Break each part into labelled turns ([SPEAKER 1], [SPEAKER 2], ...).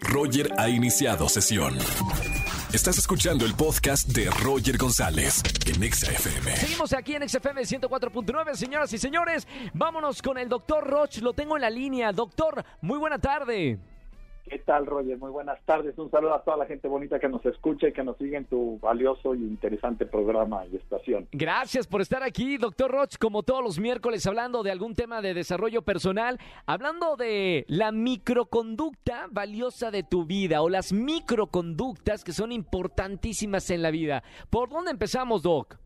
[SPEAKER 1] Roger ha iniciado sesión. Estás escuchando el podcast de Roger González en Exa FM.
[SPEAKER 2] Seguimos aquí en XFM 104.9, señoras y señores. Vámonos con el doctor Roch, lo tengo en la línea. Doctor, muy buena tarde.
[SPEAKER 3] ¿Qué tal, Roger? Muy buenas tardes. Un saludo a toda la gente bonita que nos escucha y que nos sigue en tu valioso y interesante programa y estación.
[SPEAKER 2] Gracias por estar aquí, doctor Roch, como todos los miércoles, hablando de algún tema de desarrollo personal, hablando de la microconducta valiosa de tu vida o las microconductas que son importantísimas en la vida. ¿Por dónde empezamos, doc?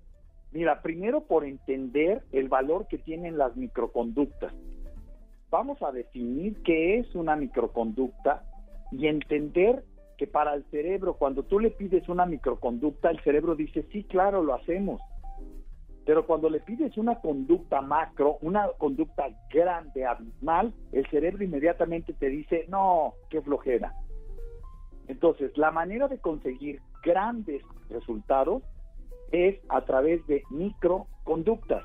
[SPEAKER 3] Mira, primero por entender el valor que tienen las microconductas. Vamos a definir qué es una microconducta y entender que para el cerebro, cuando tú le pides una microconducta, el cerebro dice, sí, claro, lo hacemos. Pero cuando le pides una conducta macro, una conducta grande, abismal, el cerebro inmediatamente te dice, no, qué flojera. Entonces, la manera de conseguir grandes resultados es a través de microconductas,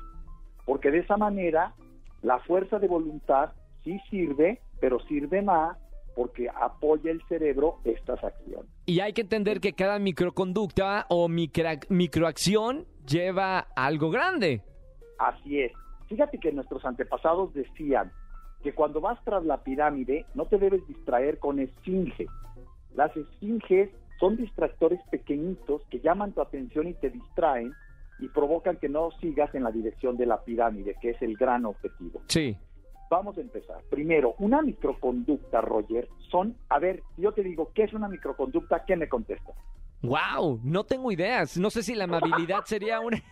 [SPEAKER 3] porque de esa manera la fuerza de voluntad sí sirve, pero sirve más porque apoya el cerebro estas acciones.
[SPEAKER 2] Y hay que entender que cada microconducta o micra- microacción lleva a algo grande.
[SPEAKER 3] Así es. Fíjate que nuestros antepasados decían que cuando vas tras la pirámide no te debes distraer con esfinges. Las esfinges son distractores pequeñitos que llaman tu atención y te distraen y provocan que no sigas en la dirección de la pirámide, que es el gran objetivo.
[SPEAKER 2] Sí.
[SPEAKER 3] Vamos a empezar. Primero, una microconducta, Roger, son, a ver, yo te digo, ¿qué es una microconducta? ¿Qué me contesta?
[SPEAKER 2] Wow, no tengo ideas. No sé si la amabilidad sería una.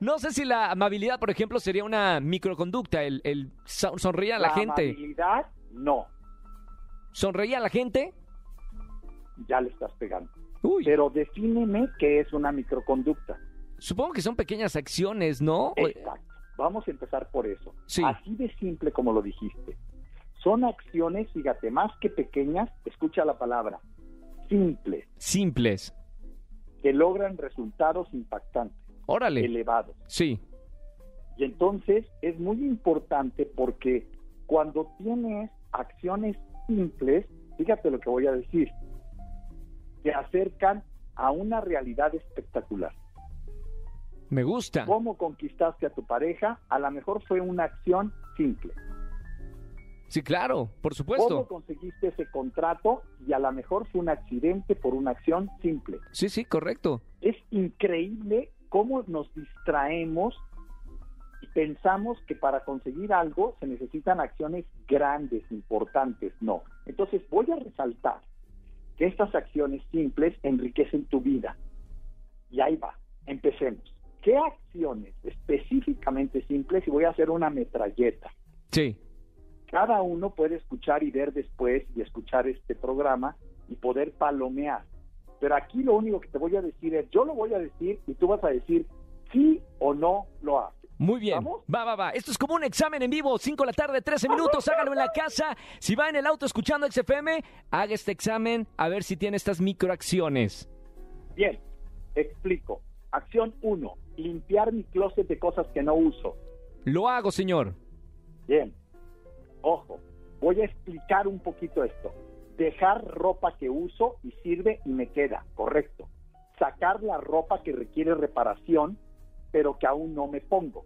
[SPEAKER 2] no sé si la amabilidad, por ejemplo, sería una microconducta. El, el so- sonreír a la, gente.
[SPEAKER 3] Amabilidad, no,
[SPEAKER 2] Sonreír a la gente.
[SPEAKER 3] ya le estás pegando.
[SPEAKER 2] Uy,
[SPEAKER 3] Pero defíneme qué es una microconducta.
[SPEAKER 2] supongo que son pequeñas acciones, ¿no?
[SPEAKER 3] Eh,
[SPEAKER 2] eh,
[SPEAKER 3] Exacto. Vamos a empezar por eso.
[SPEAKER 2] Sí.
[SPEAKER 3] Así de simple como lo dijiste. Son acciones, fíjate, más que pequeñas, escucha la palabra, simples,
[SPEAKER 2] Simples.
[SPEAKER 3] que logran resultados impactantes,
[SPEAKER 2] Órale.
[SPEAKER 3] elevados.
[SPEAKER 2] Sí.
[SPEAKER 3] Y entonces es muy importante porque cuando tienes acciones simples, fíjate lo que voy a decir, te acercan a una realidad espectacular.
[SPEAKER 2] Me gusta.
[SPEAKER 3] ¿Cómo conquistaste a tu pareja? A lo mejor fue una acción simple.
[SPEAKER 2] Sí, claro, por
[SPEAKER 3] ¿Cómo
[SPEAKER 2] supuesto.
[SPEAKER 3] conseguiste ese contrato? Y a lo mejor fue un accidente por una acción simple.
[SPEAKER 2] Sí, sí, correcto.
[SPEAKER 3] Es increíble cómo nos distraemos y pensamos que para conseguir algo se necesitan acciones grandes, importantes. No. Entonces voy a resaltar que estas acciones simples enriquecen tu vida. Y ahí va. Empecemos. ¿Qué acciones específicamente simples? Y voy a hacer una metralleta
[SPEAKER 2] Sí.
[SPEAKER 3] cada uno puede escuchar y ver después y escuchar este programa y poder palomear. Pero aquí lo único que te voy a decir es, yo lo voy a decir y tú vas a decir sí o no lo haces.
[SPEAKER 2] Muy bien.
[SPEAKER 3] ¿Vamos?
[SPEAKER 2] Va, va, va. Esto es como un examen en vivo. 5 de la tarde, 13 minutos. Hágalo en la casa. Si va en el auto escuchando XFM, haga este examen a ver si tiene estas microacciones.
[SPEAKER 3] Bien, explico. Acción 1, limpiar mi closet de cosas que no uso.
[SPEAKER 2] Lo hago, señor.
[SPEAKER 3] Bien, ojo, voy a explicar un poquito esto. Dejar ropa que uso y sirve y me queda, correcto. Sacar la ropa que requiere reparación, pero que aún no me pongo.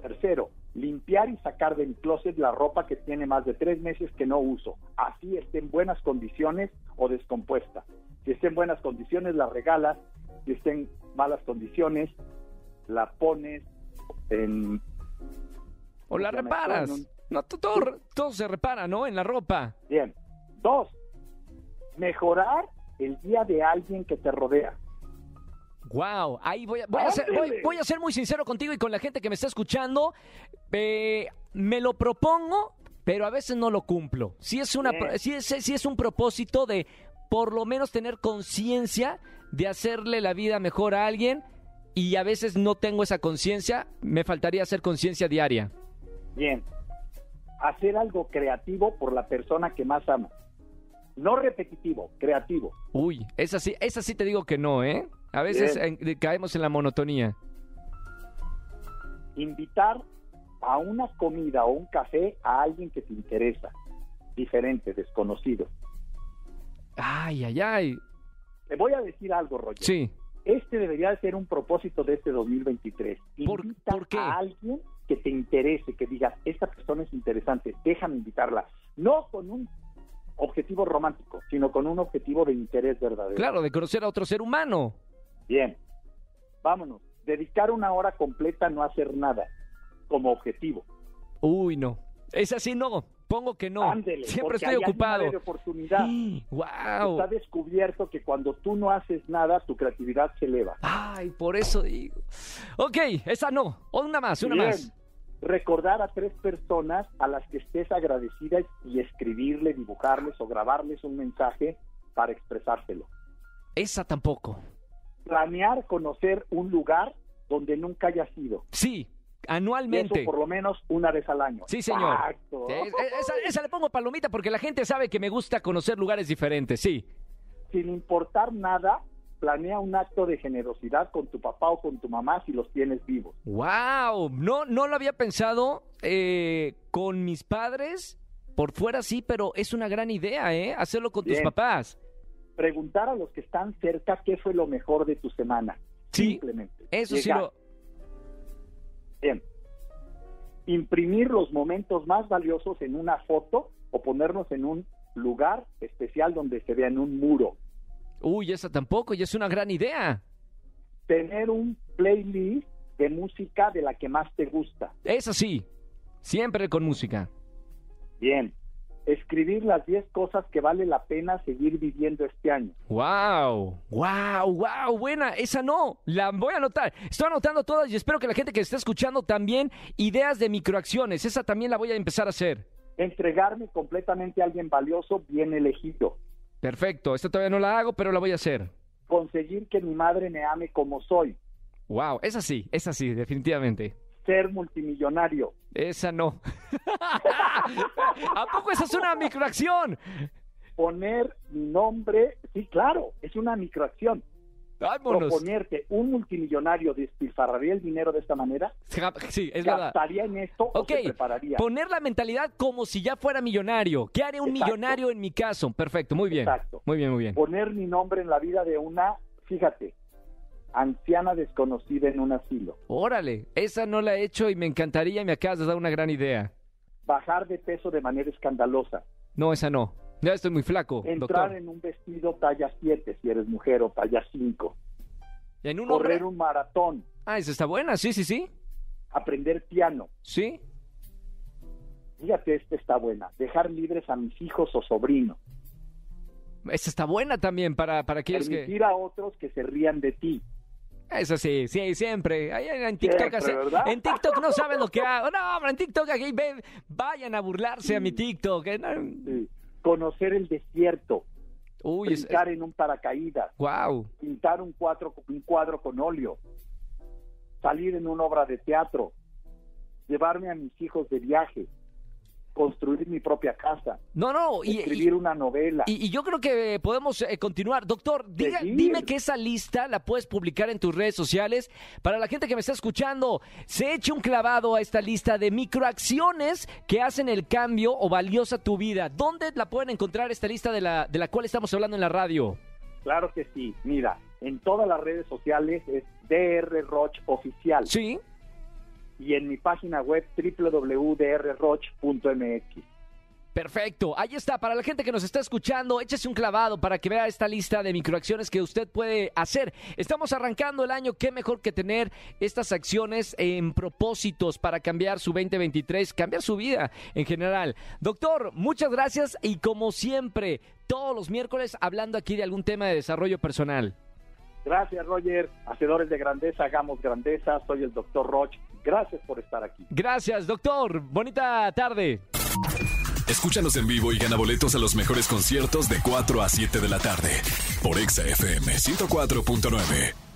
[SPEAKER 3] Tercero, limpiar y sacar de mi closet la ropa que tiene más de tres meses que no uso. Así esté en buenas condiciones o descompuesta. Si esté en buenas condiciones, la regalas. Si esté en malas condiciones, la pones en
[SPEAKER 2] O la
[SPEAKER 3] Ya me
[SPEAKER 2] reparas.
[SPEAKER 3] suena un-
[SPEAKER 2] No, to- todo, re- todo se repara, ¿no? En la ropa.
[SPEAKER 3] Bien. Dos, mejorar el día de alguien que te rodea.
[SPEAKER 2] Wow, ahí voy a, voy, a ser, voy-
[SPEAKER 3] Ándale.
[SPEAKER 2] voy a ser muy sincero contigo y con la gente que me está escuchando. Eh, me lo propongo, pero a veces no lo cumplo. Si es, una,
[SPEAKER 3] Bien.
[SPEAKER 2] pro- sí es, sí es un propósito de por lo menos tener conciencia de hacerle la vida mejor a alguien y a veces no tengo esa conciencia, me faltaría hacer conciencia diaria.
[SPEAKER 3] Bien. Hacer algo creativo por la persona que más amas. No repetitivo, creativo.
[SPEAKER 2] Uy, esa sí, esa sí te digo que no, ¿eh? A veces
[SPEAKER 3] Bien.
[SPEAKER 2] en- caemos en la monotonía.
[SPEAKER 3] Invitar a una comida o un café a alguien que te interesa. Diferente, desconocido.
[SPEAKER 2] Ay, ay, ay.
[SPEAKER 3] Te voy a decir algo, Roger.
[SPEAKER 2] Sí.
[SPEAKER 3] Este debería de ser un propósito de este 2023.
[SPEAKER 2] ¿Por-
[SPEAKER 3] Invita
[SPEAKER 2] por qué?
[SPEAKER 3] a alguien que te interese, que digas, esta persona es interesante, déjame invitarla. No con un objetivo romántico, sino con un objetivo de interés verdadero.
[SPEAKER 2] Claro, de conocer a otro ser humano.
[SPEAKER 3] Bien, vámonos. Dedicar una hora completa a no hacer nada como objetivo.
[SPEAKER 2] Uy, no. Es así, no. Pongo que no.
[SPEAKER 3] Ándele,
[SPEAKER 2] Siempre
[SPEAKER 3] porque
[SPEAKER 2] estoy
[SPEAKER 3] ahí hay un
[SPEAKER 2] ocupado.
[SPEAKER 3] área de oportunidad.
[SPEAKER 2] ¡Wow!
[SPEAKER 3] Está descubierto que cuando tú no haces nada, tu creatividad se eleva.
[SPEAKER 2] Ay, por eso digo. Ok, esa no. Una más, una
[SPEAKER 3] Bien.
[SPEAKER 2] más.
[SPEAKER 3] Recordar a tres personas a las que estés agradecida y escribirle, dibujarles o grabarles un mensaje para expresárselo.
[SPEAKER 2] Esa tampoco.
[SPEAKER 3] Planear conocer un lugar donde nunca hayas ido.
[SPEAKER 2] Sí,
[SPEAKER 3] Y eso
[SPEAKER 2] anualmente.
[SPEAKER 3] por lo menos una vez al año.
[SPEAKER 2] Sí, señor.
[SPEAKER 3] Exacto.
[SPEAKER 2] Sí, es- esa, esa le pongo palomita porque la gente sabe que me gusta conocer lugares diferentes, sí.
[SPEAKER 3] Sin importar nada, planea un acto de generosidad con tu papá o con tu mamá si los tienes vivos.
[SPEAKER 2] ¡Wow! No, no lo había pensado eh, con mis padres. Por fuera sí, pero es una gran idea, ¿eh? Hacerlo con tus
[SPEAKER 3] Bien.
[SPEAKER 2] papás.
[SPEAKER 3] Preguntar a los que están cerca qué fue lo mejor de tu semana.
[SPEAKER 2] Sí,
[SPEAKER 3] Simplemente.
[SPEAKER 2] Eso sí
[SPEAKER 3] Llegar.
[SPEAKER 2] lo.
[SPEAKER 3] Bien. Imprimir los momentos más valiosos en una foto o ponernos en un lugar especial donde se vea en un muro.
[SPEAKER 2] Uy, esa tampoco, y es una gran idea.
[SPEAKER 3] Tener un playlist de música de la que más te gusta.
[SPEAKER 2] Esa sí. Siempre con música.
[SPEAKER 3] Bien. Escribir las 10 cosas que vale la pena seguir viviendo este año.
[SPEAKER 2] Wow, wow, wow, buena, esa no, la voy a anotar. Estoy anotando todas y espero que la gente que está escuchando también ideas de microacciones, esa también la voy a empezar a hacer.
[SPEAKER 3] Entregarme completamente a alguien valioso, bien elegido.
[SPEAKER 2] Perfecto, esta todavía no la hago, pero la voy a hacer.
[SPEAKER 3] Conseguir que mi madre me ame como soy.
[SPEAKER 2] Wow, esa sí, esa sí, definitivamente.
[SPEAKER 3] Ser multimillonario.
[SPEAKER 2] Esa no. ¿A poco esa es una microacción?
[SPEAKER 3] Poner mi nombre. Sí, claro, es una microacción.
[SPEAKER 2] Vámonos.
[SPEAKER 3] proponerte un multimillonario despilfarraría el dinero de esta manera,
[SPEAKER 2] Ja- Sí, es verdad.
[SPEAKER 3] gastaría en esto
[SPEAKER 2] Ok,
[SPEAKER 3] o se prepararía.
[SPEAKER 2] poner la mentalidad como si ya fuera millonario. ¿Qué haría un
[SPEAKER 3] Exacto.
[SPEAKER 2] millonario en mi caso? Perfecto, muy bien.
[SPEAKER 3] Exacto. Pues-
[SPEAKER 2] Muy bien, muy bien.
[SPEAKER 3] Poner mi nombre en la vida de una, fíjate, anciana desconocida en un asilo.
[SPEAKER 2] Órale, esa no la he hecho y me encantaría y me acabas de dar una gran idea.
[SPEAKER 3] Bajar de peso de manera escandalosa.
[SPEAKER 2] No, esa no. Ya estoy muy flaco,
[SPEAKER 3] Entrar
[SPEAKER 2] doctor. En,
[SPEAKER 3] en un vestido talla 7 si eres mujer o talla 5.
[SPEAKER 2] un
[SPEAKER 3] Correr
[SPEAKER 2] hombre?
[SPEAKER 3] un maratón.
[SPEAKER 2] Ah, esa está buena, sí, sí, sí.
[SPEAKER 3] Aprender piano.
[SPEAKER 2] Sí.
[SPEAKER 3] Fíjate, esta está buena. Dejar libres a mis hijos o sobrinos.
[SPEAKER 2] Esa está buena también para, para aquellos que...
[SPEAKER 3] Permitir a otros que se rían de ti.
[SPEAKER 2] Esa sí, sí, siempre. Ahí en en TikTok,
[SPEAKER 3] Siempre,
[SPEAKER 2] hace-
[SPEAKER 3] ¿verdad?
[SPEAKER 2] en TikTok no saben lo que hago. No, hombre, en TikTok aquí ven, vayan a burlarse a mi TikTok. eh, no.
[SPEAKER 3] Sí. Conocer el desierto.
[SPEAKER 2] Uy, es,
[SPEAKER 3] brincar en un paracaídas,
[SPEAKER 2] wow.
[SPEAKER 3] pintar un cuadro, un cuadro con óleo, salir en una obra de teatro, llevarme a mis hijos de viaje, construir mi propia casa,
[SPEAKER 2] No, no, y- y,
[SPEAKER 3] escribir una novela.
[SPEAKER 2] Y, y yo creo que podemos eh, continuar. Doctor, diga-
[SPEAKER 3] Seguir.
[SPEAKER 2] dime que esa lista la puedes publicar en tus redes sociales. Para la gente que me está escuchando, se eche un clavado a esta lista de microacciones que hacen el cambio o valiosa tu vida. ¿Dónde la pueden encontrar esta lista de la, de la cual estamos hablando en la radio?
[SPEAKER 3] Claro que sí. Mira, en todas las redes sociales es DR Roch Oficial
[SPEAKER 2] Sí.
[SPEAKER 3] y en mi página web www.drroch.mx.
[SPEAKER 2] Perfecto, ahí está. Para la gente que nos está escuchando, échese un clavado para que vea esta lista de microacciones que usted puede hacer. Estamos arrancando el año, qué mejor que tener estas acciones en propósitos para cambiar su 2023, cambiar su vida en general. Doctor, muchas gracias y como siempre, todos los miércoles hablando aquí de algún tema de desarrollo personal.
[SPEAKER 3] Gracias, Roger. Hacedores de grandeza, hagamos grandeza. Soy el doctor Roch. Gracias por estar aquí.
[SPEAKER 2] Gracias, doctor. Bonita tarde.
[SPEAKER 1] Escúchanos en vivo y gana boletos a los mejores conciertos de 4 a 7 de la tarde por Exa FM 104.9.